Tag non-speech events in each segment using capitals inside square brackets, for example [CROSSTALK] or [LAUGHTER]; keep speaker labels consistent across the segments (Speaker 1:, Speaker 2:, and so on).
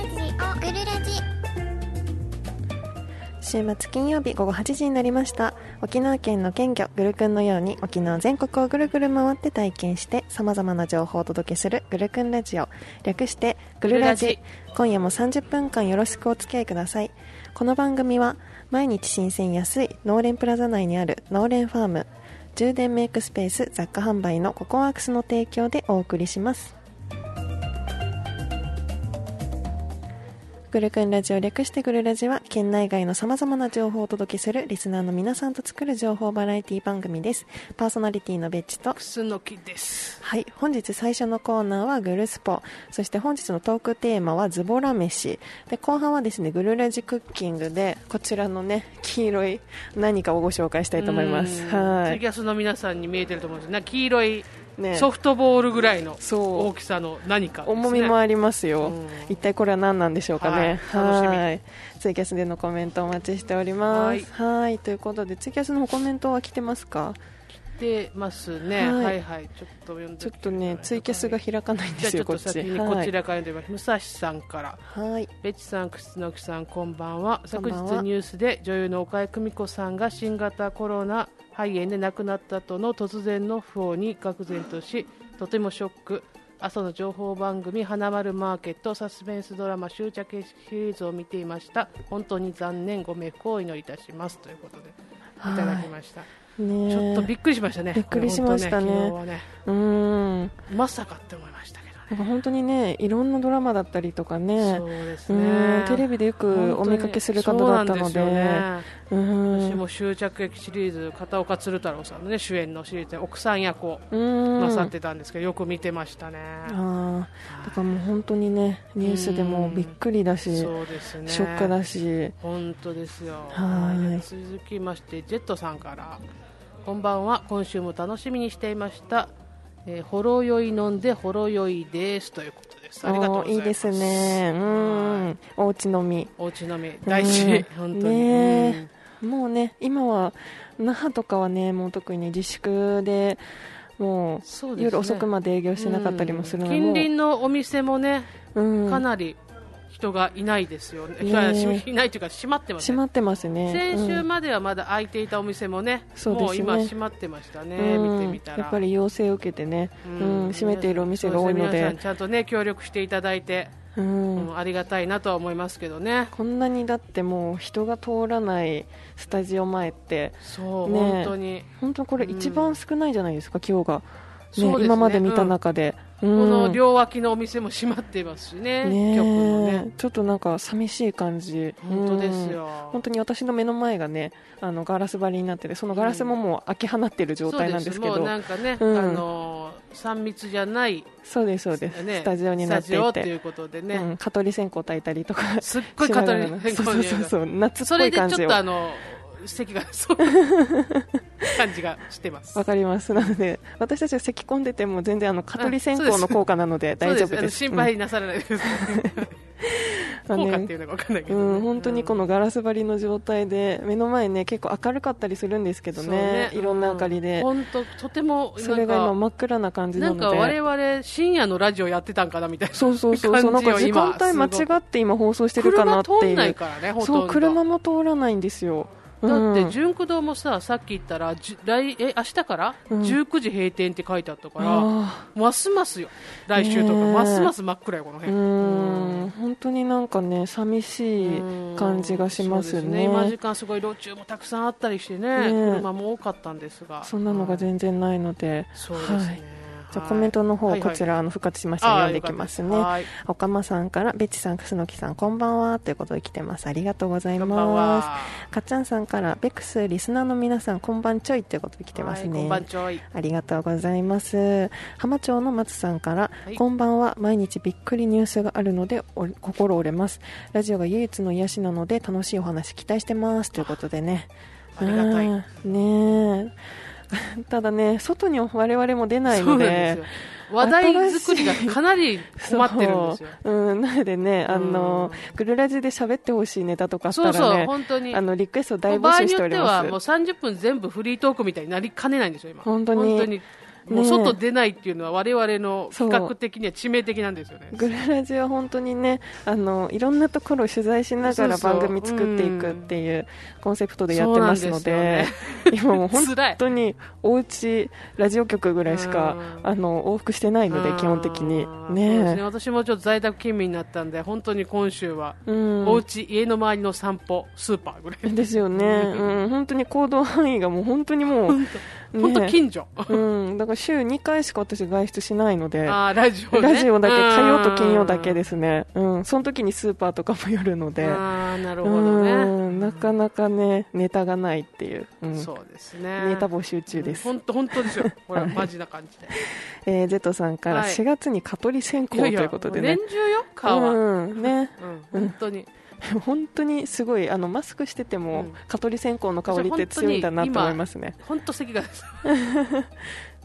Speaker 1: くるラジ
Speaker 2: 週末金曜日午後8時になりました沖縄県の県魚ぐるくんのように沖縄全国をぐるぐる回って体験してさまざまな情報をお届けするぐるくんラジオ略してぐるラジ
Speaker 3: ぐる
Speaker 2: 今夜も30分間よろしくお付き合いくださいこの番組は毎日新鮮安い農連プラザ内にある農連ファーム充電メイクスペース雑貨販売のココアークスの提供でお送りしますグルクンラジオ略してグルラジは県内外のさまざまな情報をお届けするリスナーの皆さんと作る情報バラエティ番組ですパーソナリティのベッチと
Speaker 3: クスノキです
Speaker 2: はい本日最初のコーナーはグルスポそして本日のトークテーマはズボラ飯で後半はですねグルラジクッキングでこちらのね黄色い何かをご紹介したいと思います
Speaker 3: うんツ
Speaker 2: は
Speaker 3: イキャスの皆さんに見えてると思うんですよね黄色い
Speaker 2: いね
Speaker 3: ソフトボールぐらいの
Speaker 2: そう
Speaker 3: 大きさの何かですね
Speaker 2: 重みもありますよ、
Speaker 3: うん
Speaker 2: 一体これは何なんでしょうかね、
Speaker 3: はい楽しみ
Speaker 2: いツイキャスでのコメントお待ちしておりますはいということでツイキャスのコメントは来てますか
Speaker 3: でますね、
Speaker 2: は
Speaker 3: はいい、はいちょっと読んで
Speaker 2: ちょっとねツイキャスが開かないんで
Speaker 3: じゃあ
Speaker 2: す
Speaker 3: ちょ
Speaker 2: よ
Speaker 3: っ
Speaker 2: ことっち
Speaker 3: 先にこちらから読みます、武蔵さんから
Speaker 2: はい、はい
Speaker 3: ベッチさん、クスノキさん、こんばんは。
Speaker 2: こん
Speaker 3: 昨
Speaker 2: ば
Speaker 3: 日
Speaker 2: んは
Speaker 3: ニュースで女優の岡江久美子さんが新型コロナ肺炎で亡くなったとの突然の訃報に愕然とし、とてもショック。朝の情報番組「花丸マーケット」サスペンスドラマ終着シリーズを見ていました本当に残念ご冥福をお祈りいたしますということでいただきました、
Speaker 2: ねえ
Speaker 3: ちょっとびっくりしましたね
Speaker 2: びっくりしましたね
Speaker 3: これ本当ね
Speaker 2: うーん
Speaker 3: 昨日はねまさかって思いましたけどね
Speaker 2: なんか本当にねいろんなドラマだったりとかね
Speaker 3: そうです
Speaker 2: う
Speaker 3: ね
Speaker 2: んテレビでよくお見かけする方だったので
Speaker 3: そうなんですよね
Speaker 2: うん
Speaker 3: 私も終着駅シリーズ片岡鶴太郎さんの、ね、主演のシリーズで奥さん役を
Speaker 2: うん
Speaker 3: なさってたんですけど、よく見てましたね
Speaker 2: ああだからもう本当にねニュースでもびっくりだし、
Speaker 3: そうですね
Speaker 2: ショックだし
Speaker 3: 本当ですよ
Speaker 2: はい
Speaker 3: 続きましてジェットさんからこんばんは今週も楽しみにしていました、えーほろ酔い飲んでほろ酔いですということですありがとうござい
Speaker 2: おー
Speaker 3: ます
Speaker 2: いですねうん、
Speaker 3: はい
Speaker 2: おうち飲み
Speaker 3: おうち飲み大事、
Speaker 2: うん
Speaker 3: 本当に、
Speaker 2: ねもうね今は那覇とかはねもう特に自粛でもう
Speaker 3: そうですね
Speaker 2: 夜遅くまで営業してなかったりもするので、
Speaker 3: うん近隣のお店もね
Speaker 2: うん
Speaker 3: かなり人がいないですよね、
Speaker 2: ね
Speaker 3: いやいないというか閉まってます
Speaker 2: 閉
Speaker 3: ね
Speaker 2: まってますね
Speaker 3: 先週
Speaker 2: うん
Speaker 3: まではまだ開いていたお店もね、
Speaker 2: そうですね
Speaker 3: もう今閉まってましたね、
Speaker 2: うん
Speaker 3: 見てみたら
Speaker 2: やっぱり要請を受けてね、うん閉めているお店が多いの
Speaker 3: そうすね皆さん
Speaker 2: で、
Speaker 3: ちゃんとね協力していただいて、
Speaker 2: うん
Speaker 3: うんありがたいなとは思いますけどね
Speaker 2: こんなにだってもう人が通らないスタジオ前って
Speaker 3: そう、
Speaker 2: ね
Speaker 3: 本当に
Speaker 2: 本当これ
Speaker 3: うん
Speaker 2: 一番少ないじゃないですか、今日が、ね
Speaker 3: そうですね
Speaker 2: 今まで見た中で、うん
Speaker 3: この両脇のお店も閉まっていますしね
Speaker 2: ねえ
Speaker 3: 局もね
Speaker 2: ちょっとなんか寂しい感じ
Speaker 3: 本当です
Speaker 2: うん
Speaker 3: よ
Speaker 2: 本当に私の目の前がねあのガラス張りになっててそのガラスももう開き放ってる状態なんですけど、
Speaker 3: そうもうなんかね、
Speaker 2: うん
Speaker 3: あの3密じゃない
Speaker 2: そうですそうです
Speaker 3: ね
Speaker 2: スタジオになって
Speaker 3: スタジオ
Speaker 2: い
Speaker 3: ってい
Speaker 2: て
Speaker 3: うことでね、
Speaker 2: うん、蚊取り線香焚いたりとか
Speaker 3: すっごい語り
Speaker 2: しながらそうそうそうそう夏っ
Speaker 3: そ
Speaker 2: ぽ
Speaker 3: れ
Speaker 2: い
Speaker 3: でちょ
Speaker 2: 感
Speaker 3: っ
Speaker 2: じを
Speaker 3: とあの席がそう感じがしてます
Speaker 2: わかりますなので私たちが咳き込んでても全然あの蚊取り線香の効果なので大丈夫で
Speaker 3: そう
Speaker 2: す
Speaker 3: あの心配なさらないです、
Speaker 2: うん
Speaker 3: 効果っていうのが分かんないけどね、
Speaker 2: うん、本当にこのガラス張りの状態で目の前ね結構明るかったりするんですけど
Speaker 3: そう
Speaker 2: ねいろんな明かり
Speaker 3: う
Speaker 2: で、
Speaker 3: 本当とてもなんか
Speaker 2: それが今真っ暗な感じ
Speaker 3: な
Speaker 2: なん
Speaker 3: か
Speaker 2: の
Speaker 3: 我
Speaker 2: で
Speaker 3: 々深夜のラジオやってたんかなみたいな
Speaker 2: そうそうそうそうな
Speaker 3: 感
Speaker 2: ん
Speaker 3: じよ
Speaker 2: か時間帯間
Speaker 3: 今すご
Speaker 2: 違って今放送してるかなって
Speaker 3: 車通
Speaker 2: い
Speaker 3: んないうからねほとんど
Speaker 2: そう車も通らないんですよ
Speaker 3: だって
Speaker 2: うん
Speaker 3: 純駆堂もささっき言ったらじゅ来え明日から
Speaker 2: うん
Speaker 3: 19時閉店って書いてあったから、
Speaker 2: あ
Speaker 3: ますますよ来週とか、
Speaker 2: ねえ
Speaker 3: ますます真っ暗よこの
Speaker 2: ーう
Speaker 3: 辺
Speaker 2: ん本当になんかね寂しい感じがします
Speaker 3: そうで
Speaker 2: ね
Speaker 3: 今時間すごい路中もたくさんあったりしてね
Speaker 2: ねえ
Speaker 3: 車も多かったんですが
Speaker 2: そんなのが
Speaker 3: はい
Speaker 2: 全然ないので
Speaker 3: そうですね、
Speaker 2: はいじゃあコメントの方をこちら、あの復活しましたので読んでいきますね
Speaker 3: はい
Speaker 2: おかまさんから、べちさん、くすのきさん、こんばんは、ということで来てます。ありがとうござい
Speaker 3: こ
Speaker 2: ます。
Speaker 3: んばんは
Speaker 2: かっちゃんさんから、ベックス、リスナーの皆さん、こんばんちょい、ということで来てますね。
Speaker 3: はいこんばんちょい
Speaker 2: ありがとうございます。浜町の松さんから、
Speaker 3: はい
Speaker 2: こんばんは。毎日びっくりニュースがあるので、お心折れます。ラジオが唯一の癒しなので、楽しいお話期待してます。ということでね。
Speaker 3: ありがたい
Speaker 2: うんねえ [LAUGHS] ただね、外に我々も出ない
Speaker 3: そ
Speaker 2: の
Speaker 3: うなん
Speaker 2: で
Speaker 3: ですよ、話題作りが
Speaker 2: 新しい
Speaker 3: かなり困ってるんですよ
Speaker 2: そう。うん、なのでね、あの、ぐるラジで喋ってほしいネタとかあった
Speaker 3: そ
Speaker 2: ら
Speaker 3: う
Speaker 2: ね、
Speaker 3: そう、本当に
Speaker 2: あの、リクエスト
Speaker 3: も
Speaker 2: 大
Speaker 3: う
Speaker 2: 募
Speaker 3: 場合
Speaker 2: 集
Speaker 3: に
Speaker 2: して
Speaker 3: よ
Speaker 2: お
Speaker 3: っ
Speaker 2: り
Speaker 3: て
Speaker 2: ま
Speaker 3: は
Speaker 2: す。
Speaker 3: もう30分全部フリートークみたいになりかねないんですよ今
Speaker 2: 本当に
Speaker 3: 本当にも
Speaker 2: ね
Speaker 3: う
Speaker 2: え
Speaker 3: 外出ないっていうのは我々の
Speaker 2: そう
Speaker 3: 比較的には致命的なんですよね。
Speaker 2: グルラジは本当にねあのいろんなところを取材しながら
Speaker 3: そうそ
Speaker 2: 番
Speaker 3: う
Speaker 2: 組作っていくっていうコンセプトでやってますの
Speaker 3: そうなん
Speaker 2: で
Speaker 3: で
Speaker 2: 今もう本
Speaker 3: [LAUGHS] 辛い
Speaker 2: 当におうちラジオ局ぐらいしか
Speaker 3: うん
Speaker 2: あの往復してないので
Speaker 3: うん
Speaker 2: 基本的に
Speaker 3: そうです
Speaker 2: ね
Speaker 3: ね私もちょっと在宅勤務になったんで本当に今週は、
Speaker 2: うん
Speaker 3: お家家の周りの散歩スーパーぐらい
Speaker 2: ですよね、うん、本当に行動範囲がもう本当にもう、ね、
Speaker 3: 本当近所、
Speaker 2: うん、だから週2回しか私外出しないので、
Speaker 3: あーラジオ、
Speaker 2: ラ
Speaker 3: ね、
Speaker 2: ジオだけ、
Speaker 3: うん
Speaker 2: 火曜と金曜だけですね、うん、その時にスーパーとかも寄るので、
Speaker 3: ああなるほどね、
Speaker 2: うん、なかなかね、ネタがないっていう、うん、ネ
Speaker 3: そうですね
Speaker 2: タ募集中です。
Speaker 3: 本当本当ですよこれはマジな感じで
Speaker 2: えー、Z さんから
Speaker 3: はい
Speaker 2: 4月に蚊取り線香
Speaker 3: い
Speaker 2: と
Speaker 3: や
Speaker 2: い
Speaker 3: や
Speaker 2: う [LAUGHS] ことでね
Speaker 3: も。う年中よ顔は、うん
Speaker 2: うん、ね、
Speaker 3: 本当に
Speaker 2: [LAUGHS] 本当にすごい、あの、マスクしてても
Speaker 3: うん、
Speaker 2: 蚊取り線香の香りって強いんだなと思いますね。
Speaker 3: 本当咳が出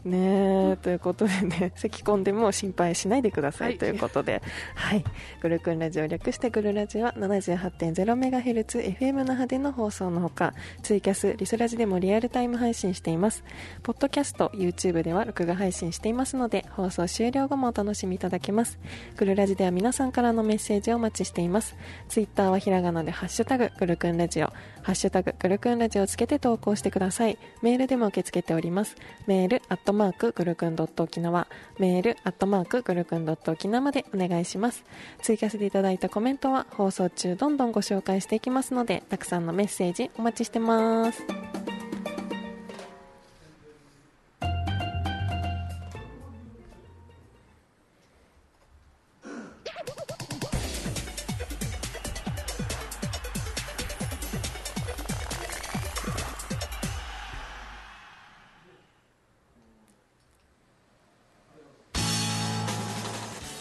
Speaker 2: ねえ、ということでね、 [LAUGHS] 咳込んでも心配しないでください、
Speaker 3: はい
Speaker 2: ということで、はい、グルクンラジオ略してグルラジは 78.0MHzFM 那覇での放送のほか、ツイキャス、リスラジでもリアルタイム配信しています。ポッドキャスト、YouTube では録画配信していますので、放送終了後もお楽しみいただけます。グルラジでは皆さんからのメッセージをお待ちしています。ツイッターはひらがなでハッシュタググルクンラジオ、ハッシュタググルクンラジオをつけて投稿してください。メールでも受け付けております。メール、アットマーク、グルクンドット沖縄、メール、アットマーク、グルクンドット沖縄までお願いします。追加していただいたコメントは放送中どんどんご紹介していきますので、たくさんのメッセージお待ちしてます。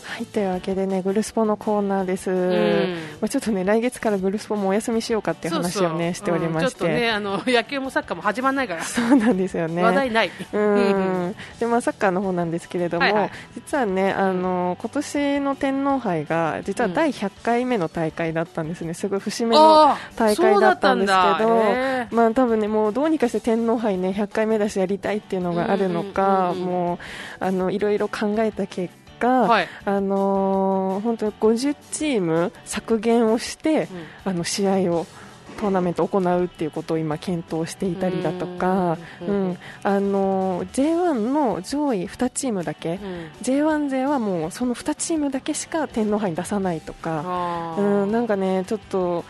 Speaker 2: はい、というわけでね、グルスポのコーナーです。
Speaker 3: ん
Speaker 2: まあちょっとね、来月からグルスポもお休みしようかっていう話をね、しておりまして。
Speaker 3: ちょっとねあの [LAUGHS] 野球もサッカーも始まんないから、
Speaker 2: そうなんですよね。
Speaker 3: 話題ない、
Speaker 2: うんでまあ、サッカーの方なんですけれども、
Speaker 3: はいはい
Speaker 2: 実はねあの今年の天皇杯が実は
Speaker 3: うん
Speaker 2: 第100回目の大会だったんですね、すごい節目の
Speaker 3: あー
Speaker 2: 大会だったんですけど
Speaker 3: そうだったんだへー
Speaker 2: まあ多分ねもうどうにかして天皇杯ね100回目だしやりたいっていうのがあるのか、
Speaker 3: うんうんうんうん
Speaker 2: もうあのいろいろ考えた結果、
Speaker 3: はい、
Speaker 2: あのー本当に50チーム削減をして
Speaker 3: う、ん
Speaker 2: あの試合をトーナメントを行うっていうことを今検討していたりだとか、
Speaker 3: う
Speaker 2: うんん
Speaker 3: うんうん
Speaker 2: あの J1 の上位2チームだけ、
Speaker 3: うん、
Speaker 2: J1 勢はもうその2チームだけしか天皇杯に出さないとか、
Speaker 3: あー
Speaker 2: うん、なんかねちょっと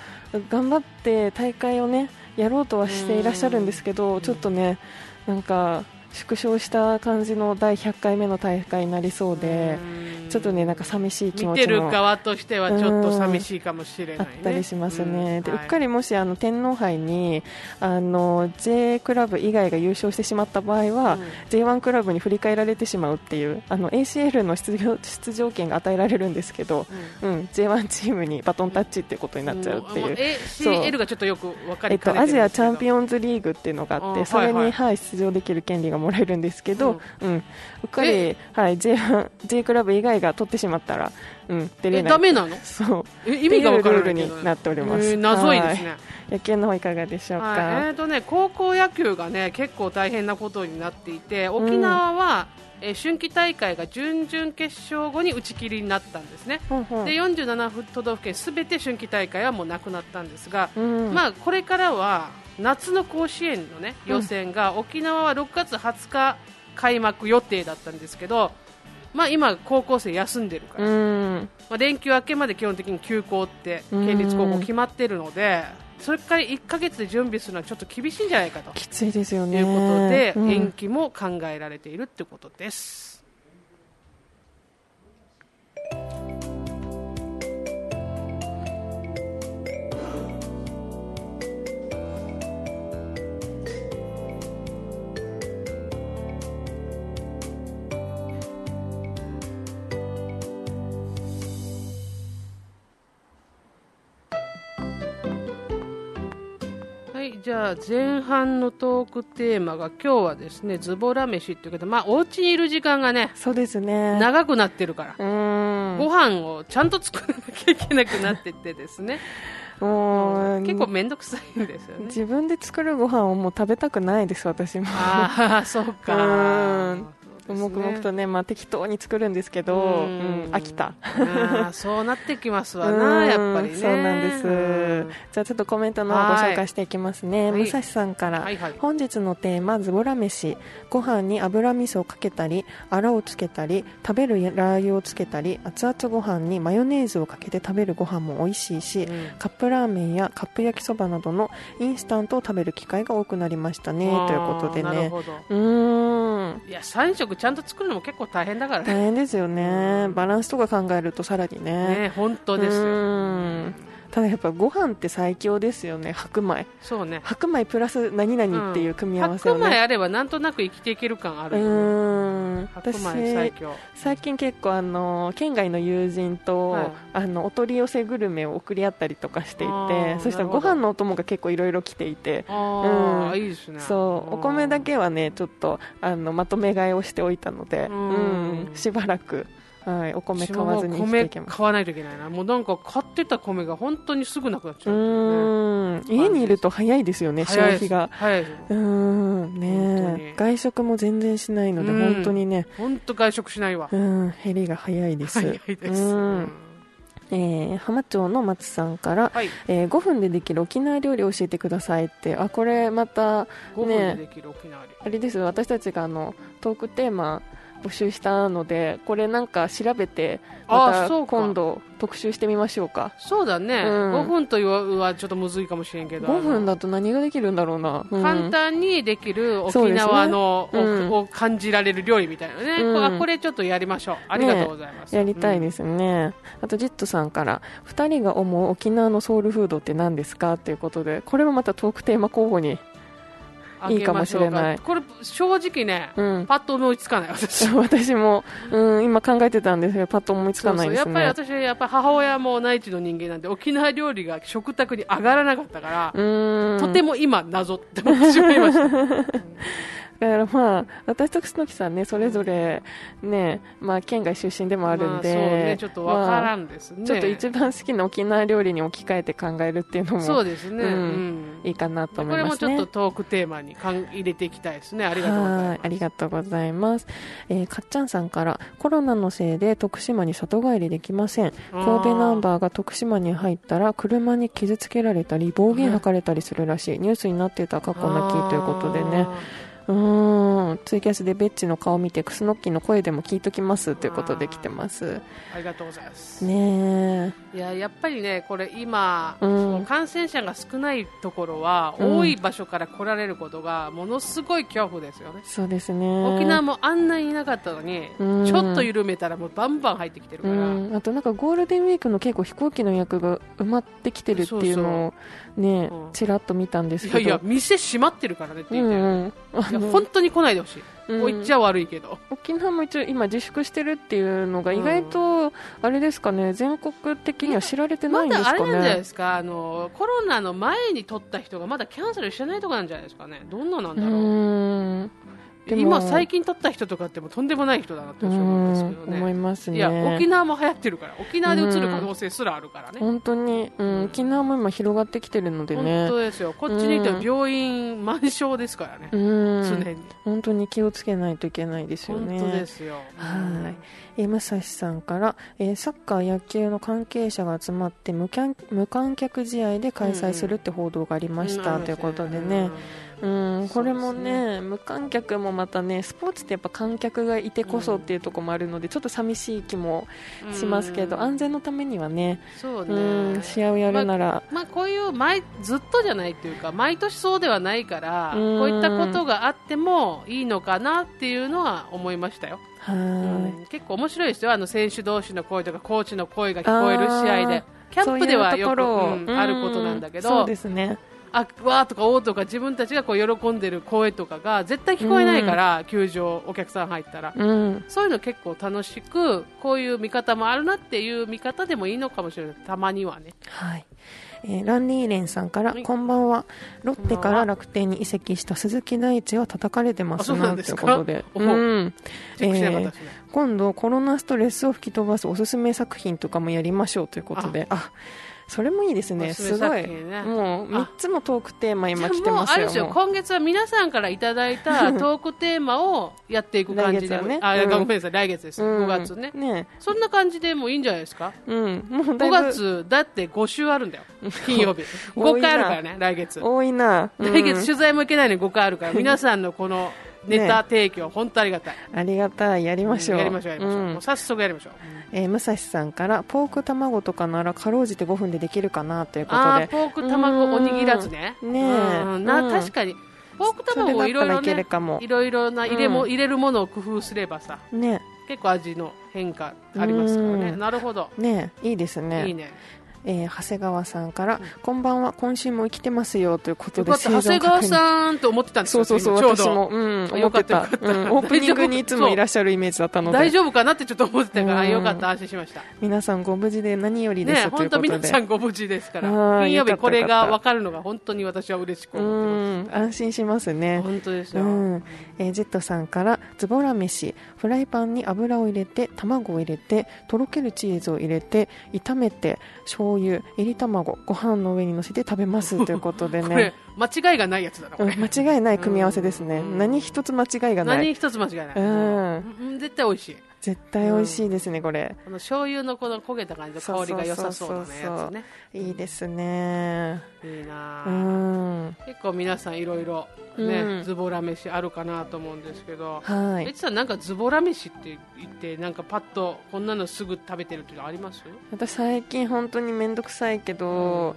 Speaker 2: 頑張って大会をねやろうとはしていらっしゃるんですけど、
Speaker 3: うん
Speaker 2: ちょっとねなんか縮小した感じの第100回目の大会になりそうで、
Speaker 3: うん
Speaker 2: ちょっとねなんか寂しい気
Speaker 3: 見
Speaker 2: 持
Speaker 3: て
Speaker 2: ち
Speaker 3: る
Speaker 2: も
Speaker 3: 側としてはちょっと寂しいかもしれ
Speaker 2: あ
Speaker 3: な
Speaker 2: っ
Speaker 3: い、ね、
Speaker 2: たりしますね、
Speaker 3: うん
Speaker 2: でう
Speaker 3: はい
Speaker 2: っかりもしあの天皇杯にあの J クラブ以外が優勝してしまった場合は、
Speaker 3: うん
Speaker 2: J1 クラブに振り返られてしまうっていうあの ACL の出場出場権が与えられるんですけど、うん、J1 チームにバトンタッチっていうことになっちゃうっていう。
Speaker 3: もえ
Speaker 2: う
Speaker 3: CL がちょっとよく分か
Speaker 2: え
Speaker 3: り
Speaker 2: っ
Speaker 3: か
Speaker 2: と、
Speaker 3: ね
Speaker 2: ア
Speaker 3: て
Speaker 2: ジ
Speaker 3: るん
Speaker 2: アチ
Speaker 3: ですけ
Speaker 2: ャ
Speaker 3: ど
Speaker 2: ンピオンズリーグっていうのがあっ
Speaker 3: あ
Speaker 2: てそれに、
Speaker 3: は
Speaker 2: はい
Speaker 3: はい
Speaker 2: い出場できる権利がもらえるんですけど、
Speaker 3: うん
Speaker 2: うんうっかり、はい、J1 J クラブ以外が取ってしまったら、うん、出れ
Speaker 3: え
Speaker 2: ない
Speaker 3: ダメなの
Speaker 2: そう
Speaker 3: え意味が分からな
Speaker 2: って
Speaker 3: いけ
Speaker 2: いうルー
Speaker 3: ど
Speaker 2: ルになっております
Speaker 3: えー謎いですね、
Speaker 2: 野球の方いかがでしょうか、
Speaker 3: はい、えーとね高校野球がね結構大変なことになっていて沖縄は、えー春季大会が準々決勝後に打ち切りになったんですね。
Speaker 2: ほんほん
Speaker 3: で47都道府県すべて春季大会はもうなくなったんですが、
Speaker 2: うん
Speaker 3: まあ、これからは夏の甲子園の、ね、
Speaker 2: うん
Speaker 3: 予選が沖縄は6月20日開幕予定だったんですけど、まあ、今、高校生休んでるから、
Speaker 2: うん
Speaker 3: まあ、連休明けまで基本的に休校って県立高校決まってるので、それから1ヶ月で準備するのはちょっと厳しいんじゃないかと
Speaker 2: きついですよ
Speaker 3: と
Speaker 2: ね
Speaker 3: いうことで、
Speaker 2: うん
Speaker 3: 延期も考えられているということです。はい、じゃあ前半のトークテーマが今日はですねズボラ飯っていうけど、まあ、お家にいる時間がね
Speaker 2: そうですね
Speaker 3: 長くなってるから、
Speaker 2: うん
Speaker 3: ご飯をちゃんと作らなきゃいけなくなっててですね
Speaker 2: もう
Speaker 3: 結構面倒くさいんですよね
Speaker 2: 自分で作るご飯をもう食べたくないです私も
Speaker 3: ああそうか
Speaker 2: うん
Speaker 3: ですね
Speaker 2: もくもくとね、まあ、適当に作るんですけど、う
Speaker 3: う
Speaker 2: んん、飽きた。
Speaker 3: あーそうなってきますわな、
Speaker 2: うん
Speaker 3: やっぱりね。
Speaker 2: そうなんです
Speaker 3: うん
Speaker 2: じゃあちょっとコメントの方ご紹介していきますね。
Speaker 3: は
Speaker 2: 武
Speaker 3: い
Speaker 2: 蔵さんから、
Speaker 3: はいはい
Speaker 2: 本日のテーマ、ズボラ飯。ご飯に油味噌をかけたり、あらをつけたり、食べるラー油をつけたり、熱々ご飯にマヨネーズをかけて食べるご飯も美味しいし、
Speaker 3: うん
Speaker 2: カップラーメンやカップ焼きそばなどのインスタントを食べる機会が多くなりましたね
Speaker 3: あー
Speaker 2: ということで
Speaker 3: なる
Speaker 2: ね
Speaker 3: ほど。
Speaker 2: うーん
Speaker 3: いや、3食ちゃんと作るのも結構大変だからね。
Speaker 2: 大変ですよねバランスとか考えるとさらにね
Speaker 3: ね、本当です
Speaker 2: う
Speaker 3: よ。
Speaker 2: ーんただやっぱご飯って最強ですよね白米
Speaker 3: そうね。
Speaker 2: 白米プラス何々っていう組み合わせを
Speaker 3: 白米
Speaker 2: ね、
Speaker 3: あればなんとなく生きていける感あ
Speaker 2: う
Speaker 3: るよね。
Speaker 2: ーん
Speaker 3: 白米最
Speaker 2: 私
Speaker 3: 強。
Speaker 2: 最近結構あの県外の友人と、
Speaker 3: はい
Speaker 2: あのお取り寄せグルメを送り合ったりとかしてい
Speaker 3: あ
Speaker 2: て
Speaker 3: ー
Speaker 2: そしたら
Speaker 3: な
Speaker 2: ご
Speaker 3: るほど
Speaker 2: 飯のお供が結構いろいろ来ていて
Speaker 3: ああ、
Speaker 2: うん
Speaker 3: いいですね。
Speaker 2: そうお米だけはねちょっとあのまとめ買いをしておいたので、
Speaker 3: う
Speaker 2: うんんしばらく、はい、お米
Speaker 3: 私
Speaker 2: 買
Speaker 3: も
Speaker 2: わずに生きていけ
Speaker 3: 米
Speaker 2: ます。
Speaker 3: 買わないといけないな。もうなんか買ってた米が本当にすぐなくなっち
Speaker 2: う
Speaker 3: ゃう。
Speaker 2: ん家にいると早いですよね、消
Speaker 3: 早いです
Speaker 2: 費が。
Speaker 3: 早いです。
Speaker 2: うん
Speaker 3: 本当に
Speaker 2: ねえ外食も全然しないので、
Speaker 3: うん
Speaker 2: 本当にね、
Speaker 3: 本当外食しないわ
Speaker 2: う。ん、減りが早いです。
Speaker 3: 早いです。
Speaker 2: う
Speaker 3: うん
Speaker 2: んえー浜町の松さんから、
Speaker 3: はい。
Speaker 2: えー5分でできる沖縄料理教えてくださいって、あ、これまた、
Speaker 3: 5分でできる沖縄料
Speaker 2: あれですよ私たちがあのトークテーマ募集したのでこれなんか調べて
Speaker 3: あ
Speaker 2: ま
Speaker 3: ーそう
Speaker 2: た
Speaker 3: か
Speaker 2: 今度特集してみましょうか
Speaker 3: そうだね、
Speaker 2: うん
Speaker 3: 5分というはちょっとむずいかもしれんけど
Speaker 2: 5分
Speaker 3: だ、
Speaker 2: だと何ができるんだろうな、
Speaker 3: あ
Speaker 2: うん
Speaker 3: の簡単にできる
Speaker 2: そう
Speaker 3: 沖
Speaker 2: ですね
Speaker 3: 縄の、
Speaker 2: うん
Speaker 3: おを感じられる料理みたいなね、
Speaker 2: うん
Speaker 3: これあこれちょっとやりましょうありがとうございます、、
Speaker 2: やりたいですすね、あとジットさんから2人が思う沖縄のソウルフードって何ですかということでこれもまたトークテーマ候補に、
Speaker 3: 開けましょう
Speaker 2: いいかもしれない
Speaker 3: これ正直ね、
Speaker 2: うん、 [LAUGHS]
Speaker 3: パッと思いつかない私
Speaker 2: 私も、うん、今考えてたんですけどパッと思いつかないですね
Speaker 3: そうそうやっぱり私やっぱ母親も内地の人間なんで沖縄料理が食卓に上がらなかったから、
Speaker 2: うん
Speaker 3: とても今謎って思ってしまいました
Speaker 2: だからまあ私と楠木さんねそれぞれねまあ県外出身でも [LAUGHS] あるんで、
Speaker 3: まあそうねちょっとわか
Speaker 2: ま
Speaker 3: ら
Speaker 2: あ
Speaker 3: んですね、
Speaker 2: ちょっと一番好きな沖縄料理に置き換えて考えるっていうの
Speaker 3: そう
Speaker 2: も
Speaker 3: ですね、
Speaker 2: うん
Speaker 3: うん
Speaker 2: いいかなと思い
Speaker 3: これ
Speaker 2: ま
Speaker 3: も
Speaker 2: す
Speaker 3: ちょっ
Speaker 2: ね
Speaker 3: と。トークテーマにかん入れていきたいですね。ありがとうございま
Speaker 2: はい
Speaker 3: す。
Speaker 2: ありがとうございます、えーかっちゃんさんからコロナのせいで徳島に里帰りできません神戸ナンバーが徳島に入ったら車に傷つけられたり暴言吐かれたりするらしい、ニュースになってた過去なきということでね。うーんツイキャスでベッチの顔見てクスノッキーの声でも聞いときますということで来てます
Speaker 3: あーありがとうございます。
Speaker 2: ね
Speaker 3: いや、やっぱりね、これ今、
Speaker 2: うん
Speaker 3: その感染者が少ないところは、
Speaker 2: うん
Speaker 3: 多い場所から来られることが、ものすごい恐怖ですよね
Speaker 2: え。そうですね
Speaker 3: 沖縄もあんなにいなかったのに、
Speaker 2: うん
Speaker 3: ちょっと緩めたらもうバンバン入ってきてるか
Speaker 2: う
Speaker 3: ら、
Speaker 2: ん、あとなんかゴールデンウィークの結構飛行機の予約が埋まってきてるっていうのをね
Speaker 3: そううん
Speaker 2: ちらっと見たんです
Speaker 3: い
Speaker 2: けど
Speaker 3: やいや、店閉まってるからねって言って、
Speaker 2: うんうんあ
Speaker 3: いや
Speaker 2: の
Speaker 3: 本当に来ないでほしい。
Speaker 2: うん
Speaker 3: こう言っちゃ悪いけど。
Speaker 2: 沖縄も一応今自粛してるっていうのが意外とあれですかね全国的には知られてな
Speaker 3: ま
Speaker 2: いんです
Speaker 3: だあ
Speaker 2: か
Speaker 3: れ
Speaker 2: ね、
Speaker 3: なんじゃないですかあのコロナの前に取った人がまだキャンセルしてないとかなんじゃないですかねどんななんだろう
Speaker 2: うんでも
Speaker 3: 今最近取った人とかってもうとんでもない人だなって私は思うんですけど
Speaker 2: うん思い
Speaker 3: ね
Speaker 2: ますね
Speaker 3: いや沖縄も流行ってるから沖縄で移る可能性すらあるからね、
Speaker 2: 本当に、う
Speaker 3: うん
Speaker 2: ん、沖縄も今広がってきてるので
Speaker 3: 本
Speaker 2: ね
Speaker 3: 当ですよこっちにいては病院満床ですからね、
Speaker 2: うん
Speaker 3: 常に
Speaker 2: 本当に気をつけないといけないですよ
Speaker 3: 本
Speaker 2: ね
Speaker 3: 当ですよ
Speaker 2: はいえー武蔵さんから、えーサッカー、野球の関係者が集まって無観無観客試合で開催するって報道がありました、ということでね、うん、これも
Speaker 3: そう
Speaker 2: ね無観客もまたねスポーツってやっぱ観客がいてこそっていうところもあるので、ちょっと寂しい気も
Speaker 3: うん
Speaker 2: しますけど、安全のためにはね
Speaker 3: そうね、
Speaker 2: うん、試合をやるなら、
Speaker 3: まあ、こういう毎ずっとじゃないっていうか毎年そうではないから
Speaker 2: うん
Speaker 3: こういったことがあってもいいのかなっていうのは思いましたよ、
Speaker 2: はい
Speaker 3: うん結構面白いですよあの選手同士の声とかコーチの声が聞こえる試合で
Speaker 2: あ
Speaker 3: キャンプではよく
Speaker 2: そういうところ
Speaker 3: うんあることなんだけど、
Speaker 2: うそうですね
Speaker 3: あわーとかおーとか自分たちがこう喜んでる声とかが絶対聞こえないから、球場お客さん入ったら。
Speaker 2: うん
Speaker 3: そういうの結構楽しくこういう見方もあるなっていう見方でもいいのかもしれないたまにはね
Speaker 2: はい。えーランリーレンさんから、
Speaker 3: はい
Speaker 2: こんばんは。ロッテ
Speaker 3: こんば
Speaker 2: か
Speaker 3: んは
Speaker 2: ら楽天に移籍した鈴木大地は叩かれてま
Speaker 3: あ
Speaker 2: す
Speaker 3: そうな
Speaker 2: なん
Speaker 3: で
Speaker 2: とい
Speaker 3: す
Speaker 2: う
Speaker 3: か
Speaker 2: ことで。
Speaker 3: お
Speaker 2: うん。
Speaker 3: チェックしなかったですね、
Speaker 2: 今度コロナストレスを吹き飛ばすおすすめ作品とかもやりましょうということで。あ、それもいいですね
Speaker 3: おす
Speaker 2: す
Speaker 3: すめ
Speaker 2: ご
Speaker 3: 作
Speaker 2: い、
Speaker 3: 品ね
Speaker 2: もう3つもトークテーマ
Speaker 3: じゃ
Speaker 2: 今
Speaker 3: あ
Speaker 2: 来て
Speaker 3: もう
Speaker 2: ま
Speaker 3: あ
Speaker 2: す
Speaker 3: れ
Speaker 2: よ
Speaker 3: でしょ
Speaker 2: もう
Speaker 3: 今月は皆さんからいただいたトークテーマをやっていく感じ
Speaker 2: [LAUGHS] 来
Speaker 3: で
Speaker 2: 月はね
Speaker 3: あ、
Speaker 2: うん
Speaker 3: ごめんなさい来月です、
Speaker 2: うん
Speaker 3: 5月ね
Speaker 2: ね
Speaker 3: そんな感じでもういいんじゃないですか
Speaker 2: うんもうだ
Speaker 3: 5
Speaker 2: いぶ
Speaker 3: 月だって5週あ
Speaker 2: [LAUGHS]
Speaker 3: るんだよ金曜日
Speaker 2: 多
Speaker 3: 5
Speaker 2: いな
Speaker 3: 回あるからね来月
Speaker 2: 多いな、うん
Speaker 3: 来月取材もいけないのに5回あるから皆さんのこのネタ提供本当ありがたい
Speaker 2: ありがたいやりましょう、
Speaker 3: やりましょうやりましょう、
Speaker 2: ん
Speaker 3: もう早速やりましょう
Speaker 2: えー武蔵さんからポーク卵とかならかろうじて5分でできるかなということ
Speaker 3: ああ
Speaker 2: で
Speaker 3: ーポーク卵おにぎらずね
Speaker 2: うんねえ
Speaker 3: うんな
Speaker 2: うん
Speaker 3: 確かにポーク卵
Speaker 2: そ
Speaker 3: もい
Speaker 2: れ
Speaker 3: ろ
Speaker 2: だ
Speaker 3: い
Speaker 2: ったら
Speaker 3: ろ
Speaker 2: いける
Speaker 3: ね
Speaker 2: かも
Speaker 3: いろいろな入れも、
Speaker 2: うん
Speaker 3: 入れるものを工夫すればさ
Speaker 2: ね
Speaker 3: 結構味の変化ありますからね
Speaker 2: うん
Speaker 3: なるほど
Speaker 2: ねいいですね
Speaker 3: いいね
Speaker 2: えー長谷川さんから、こんばんは今週も生きてますよということ
Speaker 3: よ
Speaker 2: で
Speaker 3: かった長谷川さんと思ってたんです
Speaker 2: そ
Speaker 3: よ
Speaker 2: うそうそう
Speaker 3: 今
Speaker 2: 私
Speaker 3: ちょうど
Speaker 2: も、うん、思
Speaker 3: よか
Speaker 2: っ
Speaker 3: って
Speaker 2: た
Speaker 3: たよかった
Speaker 2: うん
Speaker 3: [LAUGHS]
Speaker 2: オープニングにいつもいらっしゃるイメージだったので
Speaker 3: 大丈夫かなってちょっと思ってたから、
Speaker 2: うん
Speaker 3: よかった安心しました
Speaker 2: 皆さんご無事で何よりです、
Speaker 3: ね
Speaker 2: というこ
Speaker 3: 本当
Speaker 2: とで
Speaker 3: 皆さんご無事ですから
Speaker 2: あー
Speaker 3: 金曜日
Speaker 2: よかった
Speaker 3: これ
Speaker 2: よか
Speaker 3: が
Speaker 2: った
Speaker 3: 分かるのが本当に私は嬉しく
Speaker 2: う
Speaker 3: 思って
Speaker 2: ん安心します
Speaker 3: ます
Speaker 2: ね
Speaker 3: 本当です
Speaker 2: う
Speaker 3: よ、
Speaker 2: んえージェットさんからズボラ飯フライパンに油を入れて卵を入れてとろけるチーズを入れて炒めて醤油えり卵ご飯の上に乗せて食べます
Speaker 3: [LAUGHS]
Speaker 2: ということで
Speaker 3: こ
Speaker 2: ね
Speaker 3: れ、間違いがないやつだなこ
Speaker 2: うん
Speaker 3: れ、
Speaker 2: 間違いない組み合わせですね、
Speaker 3: うん
Speaker 2: 何一つ間違いがない
Speaker 3: 何一つ間違いない、
Speaker 2: うん
Speaker 3: うん絶対美味しい
Speaker 2: 絶対美味しいですねこれ
Speaker 3: この醤油のこの焦げた感じの香りが良さそうなね
Speaker 2: そうそう
Speaker 3: や
Speaker 2: そう
Speaker 3: つ
Speaker 2: そ
Speaker 3: ね
Speaker 2: いいですね
Speaker 3: いいなあ、
Speaker 2: うん
Speaker 3: 結構皆さんいろいろね、
Speaker 2: うん
Speaker 3: ズボラ飯あるかなと思うんですけど
Speaker 2: は
Speaker 3: え
Speaker 2: い
Speaker 3: ちさんなんかズボラ飯って言ってなんかパッとこんなのすぐ食べてるっていうのあります
Speaker 2: 私最近本当に面倒くさいけど、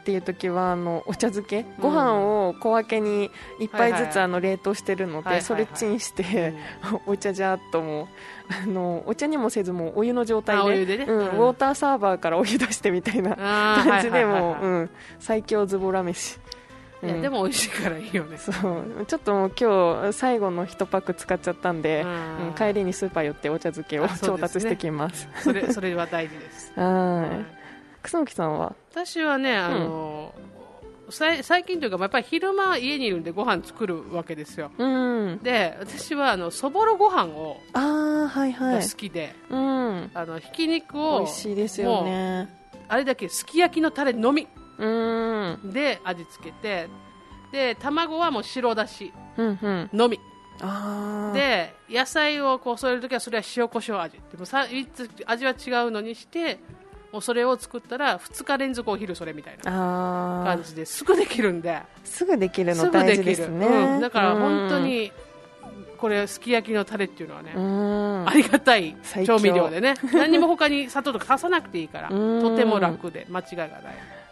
Speaker 2: っていう時はあのお茶漬けご飯を小分けに一杯ず
Speaker 3: はいは
Speaker 2: つ
Speaker 3: い
Speaker 2: あの冷凍してるの
Speaker 3: はいはいは
Speaker 2: で
Speaker 3: い
Speaker 2: それチンして、お茶じゃーっともうあのお茶にもせずもうお湯の状態
Speaker 3: あ
Speaker 2: で
Speaker 3: お湯でね
Speaker 2: うん
Speaker 3: うん
Speaker 2: ウォーターサーバーからお湯出してみたいな
Speaker 3: あー
Speaker 2: [LAUGHS] 感じで
Speaker 3: はいはい
Speaker 2: も
Speaker 3: はいうは
Speaker 2: うん最強ズボラ飯、
Speaker 3: いいや
Speaker 2: うん
Speaker 3: でも美味しいからいいよね
Speaker 2: そうちょっともう今日最後の1パック使っちゃったんで、
Speaker 3: うん
Speaker 2: うん帰りにスーパー寄ってお茶漬けを
Speaker 3: あそう
Speaker 2: 調
Speaker 3: です
Speaker 2: 達
Speaker 3: ね
Speaker 2: してきます
Speaker 3: それそれは大事です
Speaker 2: はい楠木さんは
Speaker 3: 私はねあの、さい最近というかまあやっぱり昼間家にいるんでご飯作るわけですよ
Speaker 2: うん
Speaker 3: で私はあのそぼろご飯を
Speaker 2: ああはいは
Speaker 3: が
Speaker 2: い
Speaker 3: 好きで、
Speaker 2: うん
Speaker 3: あのひき肉
Speaker 2: 美
Speaker 3: を
Speaker 2: 味しいですよ
Speaker 3: も
Speaker 2: ね
Speaker 3: うあれだけすき焼きのタレのみ
Speaker 2: うんうん
Speaker 3: で味付けてで卵はもう白だし
Speaker 2: うん
Speaker 3: のみ
Speaker 2: ああ
Speaker 3: で野菜をこう添えるときはそれは塩コショウ味でもさいつ味は違うのにしてもうそれを作ったら2日連続お昼それみたいな
Speaker 2: あ
Speaker 3: 感じですぐできるんで、
Speaker 2: ーすぐできる
Speaker 3: す
Speaker 2: の
Speaker 3: ぐ
Speaker 2: 大
Speaker 3: で
Speaker 2: 事
Speaker 3: き
Speaker 2: で
Speaker 3: る、
Speaker 2: すね
Speaker 3: うんだから本当にこれすき焼きのタレっていうのはね、
Speaker 2: うん
Speaker 3: ありがたい
Speaker 2: 最強
Speaker 3: 調味料でね何も他に砂糖とか足さなくていいから
Speaker 2: [LAUGHS] うん
Speaker 3: とても楽で間違いがない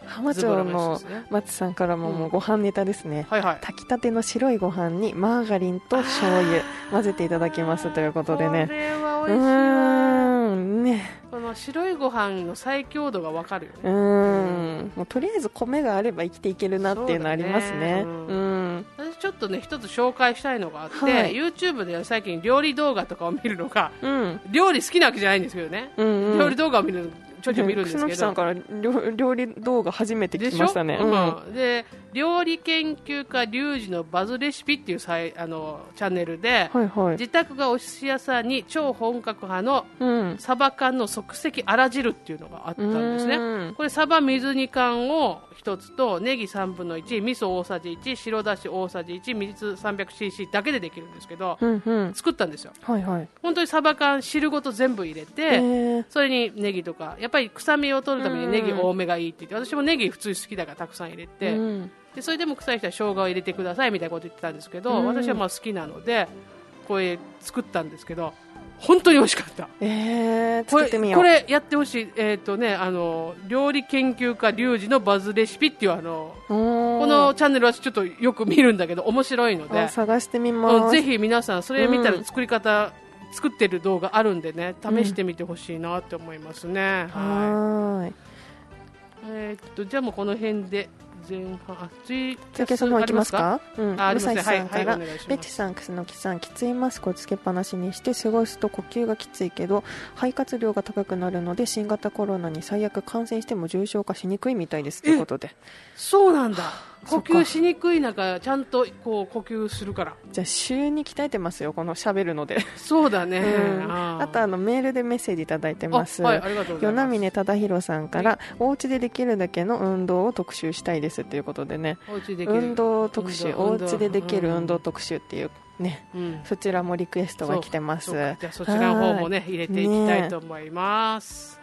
Speaker 2: 浜
Speaker 3: ズボラ
Speaker 2: 町
Speaker 3: 飯で
Speaker 2: の
Speaker 3: すね
Speaker 2: 松さんからももううんご飯ネタですね
Speaker 3: はいはい
Speaker 2: 炊きたての白いご飯にマーガリンと醤油混ぜていただきますということでね
Speaker 3: これは
Speaker 2: う
Speaker 3: 美味しいわ
Speaker 2: ーんね
Speaker 3: この白いご飯の最強度がわかるよね
Speaker 2: うーんもうとりあえず米があれば生きていけるなっていうのありますね
Speaker 3: そううだね
Speaker 2: ん
Speaker 3: 私ちょっとね一つ紹介したいのがあって、
Speaker 2: はい
Speaker 3: YouTube で最近料理動画とかを見るのが
Speaker 2: うん
Speaker 3: 料理好きなわけじゃないんですけどね、
Speaker 2: うんうん
Speaker 3: 料理動画を見るちょいちょい見るんです
Speaker 2: 楠
Speaker 3: け
Speaker 2: 木さん
Speaker 3: ど
Speaker 2: から料料理動画初めて
Speaker 3: で
Speaker 2: 聞き
Speaker 3: し
Speaker 2: ま
Speaker 3: ょ
Speaker 2: したね
Speaker 3: うんで料理研究家リュウジのバズレシピっていうさいあのチャンネルで、
Speaker 2: はいはい
Speaker 3: 自宅がお寿司屋さんに超本格派の
Speaker 2: うん
Speaker 3: サバ缶の即席あら汁っていうのがあったんですね
Speaker 2: うん
Speaker 3: これサバ水煮缶を1つとネギ3分の1味噌大さじ1白だし大さじ1水 300cc だけでできるんですけど、
Speaker 2: うんうん
Speaker 3: 作ったんですよ
Speaker 2: はいはい
Speaker 3: 本当にサバ缶汁ごと全部入れて、
Speaker 2: えー
Speaker 3: それにネギとかやっぱり臭みを取るために
Speaker 2: うん
Speaker 3: ネギ多めがいいって言って私もネギ普通に好きだからたくさん入れて、
Speaker 2: うん
Speaker 3: でそれでも臭い人は生姜を入れてくださいみたいなこと言ってたんですけど、
Speaker 2: うん
Speaker 3: 私はまあ好きなのでこれ作ったんですけど本当に美味しかった
Speaker 2: えー
Speaker 3: こ
Speaker 2: 作
Speaker 3: れ
Speaker 2: ってみよ
Speaker 3: こ
Speaker 2: う
Speaker 3: れやってほしい、えーとね、あの料理研究家リュウジのバズレシピっていうあの
Speaker 2: こ
Speaker 3: このチャンネルはちょっとよく見るんだけど面白いので
Speaker 2: 探してみ
Speaker 3: うん
Speaker 2: ます
Speaker 3: ぜひ皆さんそれ見た
Speaker 2: う
Speaker 3: ら
Speaker 2: ん
Speaker 3: 作り方、作ってる動画あるんでね試してみてほしいなって思いますね、は
Speaker 2: はーい
Speaker 3: いえーっとじゃあもうこの辺で前半あツイ
Speaker 2: じゃあケイさんの方行きますかうん
Speaker 3: あり
Speaker 2: 武
Speaker 3: ま
Speaker 2: 蔵
Speaker 3: すね
Speaker 2: さんから
Speaker 3: はいはいお願いします
Speaker 2: ベッチさん、楠木さんきついマスクをつけっぱなしにして過ごすと呼吸がきついけど肺活量が高くなるので新型コロナに最悪感染しても重症化しにくいみたいですということで
Speaker 3: そうなんだ呼吸しにくい中ちゃんとこう呼吸するから
Speaker 2: じゃあ週に鍛えてますよこの喋るので、
Speaker 3: そうだね、
Speaker 2: うんあとあのメールでメッセージいただいてます
Speaker 3: あはいありがとうござ
Speaker 2: 与
Speaker 3: い
Speaker 2: 那
Speaker 3: ます
Speaker 2: 嶺忠宏さんからお家でできるだけの運動を特集したいですということでね
Speaker 3: お家でできる
Speaker 2: 運動特集
Speaker 3: 運動
Speaker 2: お家でできる
Speaker 3: うん
Speaker 2: 運動特集っていうね
Speaker 3: うん
Speaker 2: そちらもリクエストが来てま
Speaker 3: そ
Speaker 2: す
Speaker 3: うかじゃあそちらの方もね入れていきたいと思います、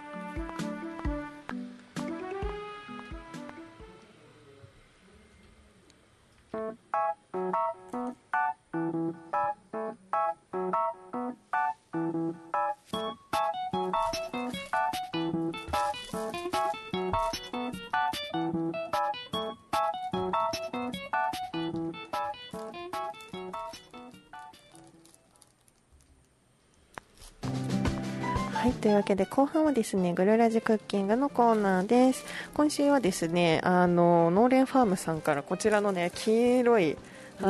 Speaker 2: はいというわけで後半はですねグルラジクッキングのコーナーです今週はですねあの農連ファームさんからこちらのね黄色い、はい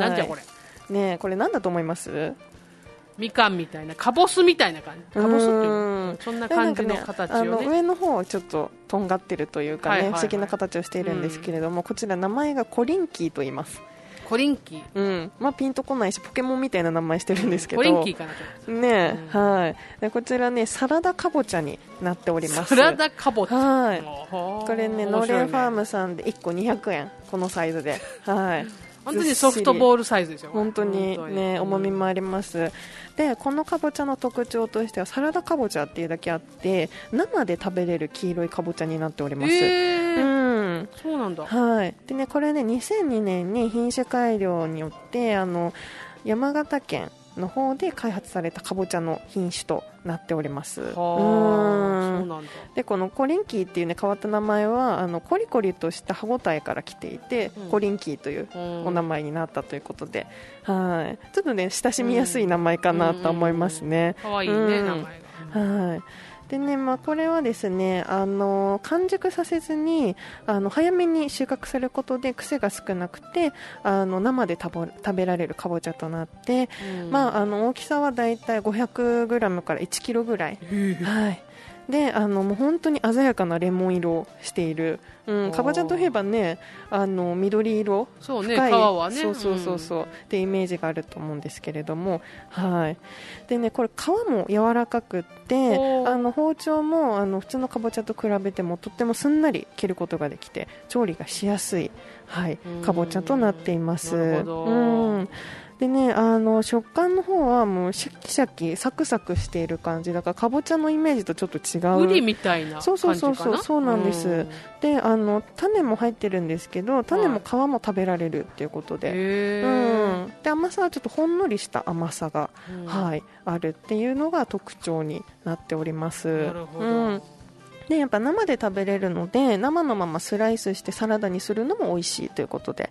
Speaker 3: なんじゃこれ
Speaker 2: ねこれなんだと思います
Speaker 3: みかんみたいなかぼすみたいな感じかぼすっていう
Speaker 2: う
Speaker 3: の
Speaker 2: ん
Speaker 3: そんな感じ
Speaker 2: な
Speaker 3: の
Speaker 2: んか
Speaker 3: 形
Speaker 2: ね、あの
Speaker 3: をね
Speaker 2: 上の方はちょっととんがってるというかね、
Speaker 3: はいはいはい
Speaker 2: 不思議な形をしているんですけれども、こちら名前がコリンキーと言います、
Speaker 3: コリンキー
Speaker 2: うんまあ、ピンとこないしポケモンみたいな名前してるんですけど
Speaker 3: コリンキーかなと思って
Speaker 2: ね
Speaker 3: う
Speaker 2: はいでこちらねサラダかぼちゃになっております
Speaker 3: サラダかぼちゃ
Speaker 2: はい
Speaker 3: こ
Speaker 2: これね農連ファームさんで1個200円このサイズではい
Speaker 3: 本当にソフト
Speaker 2: ール
Speaker 3: ボールサイズですよ
Speaker 2: 本当にね重みもありますでこのかぼちゃの特徴としてはサラダかぼちゃっていうだけあって生で食べれる黄色いかぼちゃになっております、
Speaker 3: えー
Speaker 2: うん
Speaker 3: そうなんだ
Speaker 2: はいでね、これね2002年に品種改良によってあの山形県の方で開発されたかぼちゃの品種となっております。う
Speaker 3: はあそうんなんだ
Speaker 2: でこのコリンキーっていうね変わった名前はあのコリコリとした歯ごたえから来ていて、
Speaker 3: うん
Speaker 2: コリンキーというお
Speaker 3: お
Speaker 2: 名前になったということで、はいちょっとね親しみやすい名前かなと思いますね。
Speaker 3: かわいいね
Speaker 2: うん
Speaker 3: 名前が
Speaker 2: はいでねまあ、これはですねあの完熟させずにあの早めに収穫することで癖が少なくてあの生で食べ食べられるかぼちゃとなって、ま
Speaker 3: あ
Speaker 2: あ、あの大きさはだいたい 500g から 1kg ぐらい、はい、であのもう本当に鮮やかなレモン色をしている、うん、
Speaker 3: おー
Speaker 2: かぼちゃといえばねあの緑色
Speaker 3: そうね
Speaker 2: 深い
Speaker 3: 皮はね
Speaker 2: そうそうそうそう、ってイメージがあると思うんですけれども、はい、でねこれ皮も柔らかくって
Speaker 3: おー
Speaker 2: あの包丁もあの普通のかぼちゃと比べてもとってもすんなり切ることができて調理がしやすい、はい
Speaker 3: うん、
Speaker 2: かぼちゃとなっています。
Speaker 3: なるほど
Speaker 2: うんでね、あの食感の方はもうシャキシャキサクサクしている感じだからかぼちゃのイメージとちょっと違
Speaker 3: うん
Speaker 2: う
Speaker 3: ウリみたいな感じかな
Speaker 2: そうそうそうそうそうなんです
Speaker 3: ん
Speaker 2: であの種も入ってるんですけど種も皮も食べられるっていうことで、
Speaker 3: へ
Speaker 2: う
Speaker 3: ー
Speaker 2: ん、で甘さはちょっとほんのりした甘さが、
Speaker 3: うん
Speaker 2: はい、あるっていうのが特徴になっております。
Speaker 3: なるほど
Speaker 2: うんでやっぱ生で食べれるので生のままスライスしてサラダにするのも美味しいということで,、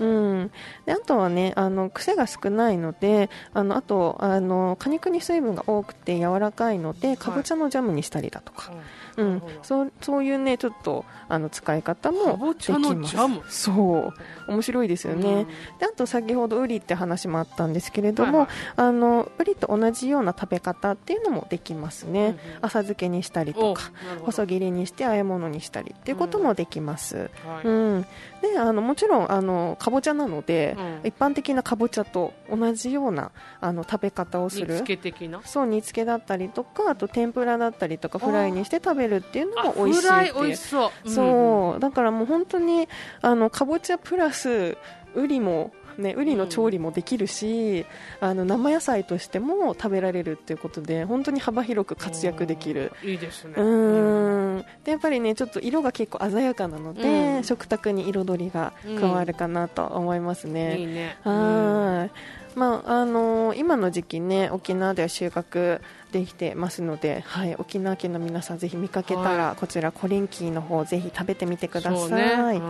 Speaker 2: うん、であとはねあの癖が少ないのであのあとあの果肉に水分が多くて柔らかいのでかぼちゃのジャムにしたりだとか、う
Speaker 3: なる
Speaker 2: ん
Speaker 3: ほど、
Speaker 2: そうそういうねちょっとあの使い方も
Speaker 3: かぼちゃ
Speaker 2: でき
Speaker 3: の
Speaker 2: ます
Speaker 3: ジャム
Speaker 2: そう面白いですよね、
Speaker 3: うん
Speaker 2: であと先ほどウリって話もあったんですけれども、
Speaker 3: はいはい
Speaker 2: あのウリと同じような食べ方っていうのもできますね、
Speaker 3: うんうん
Speaker 2: 浅漬けにしたりと
Speaker 3: お
Speaker 2: か
Speaker 3: なるほど
Speaker 2: 細切りにして和え物にしたりっていうこともできます、
Speaker 3: はい
Speaker 2: うんであのもちろんあのかぼちゃなので、
Speaker 3: うん
Speaker 2: 一般的なかぼちゃと同じようなあの食べ方をす
Speaker 3: 煮
Speaker 2: る
Speaker 3: 付け的な
Speaker 2: そう煮付けだったりとかあと天ぷらだったりとかフライにして食べるっていうの
Speaker 3: あ
Speaker 2: も美味し
Speaker 3: フ
Speaker 2: いっ
Speaker 3: ラ
Speaker 2: てい
Speaker 3: イ美味しそううん
Speaker 2: そうだからもう本当にあのかぼちゃプラスウリもねウリの調理もできるし、あの生野菜としても食べられるっていうことで本当に幅広く活躍できる。
Speaker 3: うんいいですね
Speaker 2: うーんでやっぱりねちょっと色が結構鮮やかなので、
Speaker 3: うん
Speaker 2: 食卓に彩りが加わるかなと思いますね。
Speaker 3: いいね
Speaker 2: はい、まああのー今の時期ね沖縄では収穫できてますので、はい、沖縄県の皆さんぜひ見かけたら、
Speaker 3: は
Speaker 2: こちらコリンキーの方ぜひ食べてみてくだ
Speaker 3: そう
Speaker 2: さ
Speaker 3: ね
Speaker 2: い、
Speaker 3: はい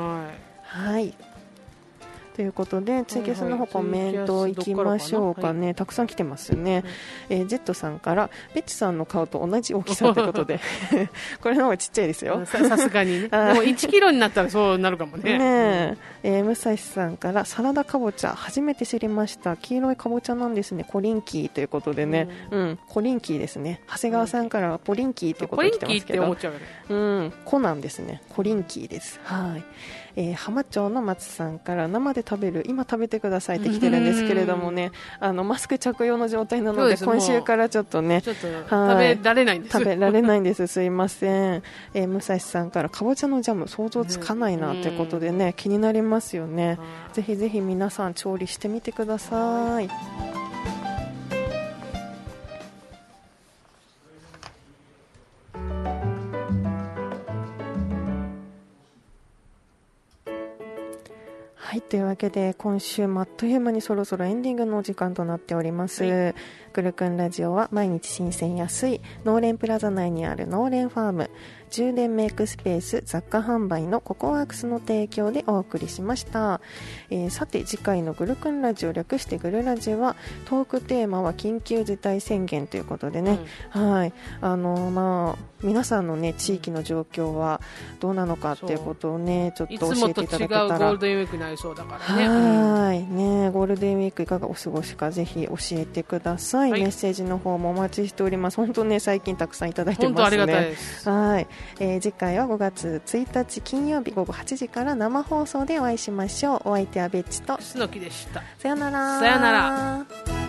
Speaker 2: はいということでツイキャスの方コ
Speaker 3: はいはい
Speaker 2: メントいきましょうかね、たくさん来てますね、えージェットさんからベッチさんの顔と同じ大きさという
Speaker 3: [LAUGHS]
Speaker 2: ことでこれの方がちっちゃいですよ
Speaker 3: ささす
Speaker 2: [LAUGHS]
Speaker 3: がにねで
Speaker 2: あー
Speaker 3: も1キロになったらそうなるかも
Speaker 2: ね
Speaker 3: ね
Speaker 2: え、えー武蔵さんからサラダかぼちゃ初めて知りました黄色いかぼちゃなんですねコリンキーということでね、うんコリンキーですね長谷川さんからはポリンキーということ
Speaker 3: ポ
Speaker 2: で
Speaker 3: リ
Speaker 2: 来て
Speaker 3: ンキ
Speaker 2: ま
Speaker 3: ー
Speaker 2: す
Speaker 3: っ
Speaker 2: け
Speaker 3: て思っ
Speaker 2: ど
Speaker 3: ちゃうよね
Speaker 2: うんコなんですねコリンキーですはい、えー浜町の松さんから生で食べる今食べてくださいって来てるんですけれどもねあのマスク着用の状態な
Speaker 3: そ
Speaker 2: の
Speaker 3: う
Speaker 2: で
Speaker 3: です
Speaker 2: 今週からちょっとね
Speaker 3: ちょっと食
Speaker 2: はい
Speaker 3: べられないんです
Speaker 2: 食べられないんですすいません、えー武蔵さんからかぼちゃのジャム想像つかないな
Speaker 3: ね
Speaker 2: ということでね気になりますよね
Speaker 3: はい
Speaker 2: ぜひぜひ皆さん調理してみてくださいはいというわけで今週もあっという間にそろそろエンディングのお時間となっております、くるくんラジオは毎日新鮮安い農連プラザ内にある農連ファーム充電メイクスペース雑貨販売のココワークスの提供でお送りしました、えーさて次回の「グルクンラジオ」略して「グルラジオは」トークテーマは「緊急事態宣言」ということでね、はいあのまあ、皆さんの、ね、地域の状況はどうなのかっていうことを、ね、ちょっ
Speaker 3: うんいつ
Speaker 2: と教
Speaker 3: も
Speaker 2: え
Speaker 3: と
Speaker 2: て
Speaker 3: 違
Speaker 2: いうた
Speaker 3: ゴ
Speaker 2: だけた
Speaker 3: ー
Speaker 2: ら
Speaker 3: ル。デンウィークになりそうだからねうん
Speaker 2: はいねゴールデンウィークいかがお過ごしかぜひ教えてください、
Speaker 3: はい
Speaker 2: メッセージの方もお待ちしております本当ね最近たくさんいただいて
Speaker 3: 本
Speaker 2: ますね
Speaker 3: 当ありがたいです
Speaker 2: はい、えー次回は5月1日金曜日午後8時から生放送でお会いしましょうお相手はベッチと
Speaker 3: 楠木でした
Speaker 2: さよなら
Speaker 3: さよなら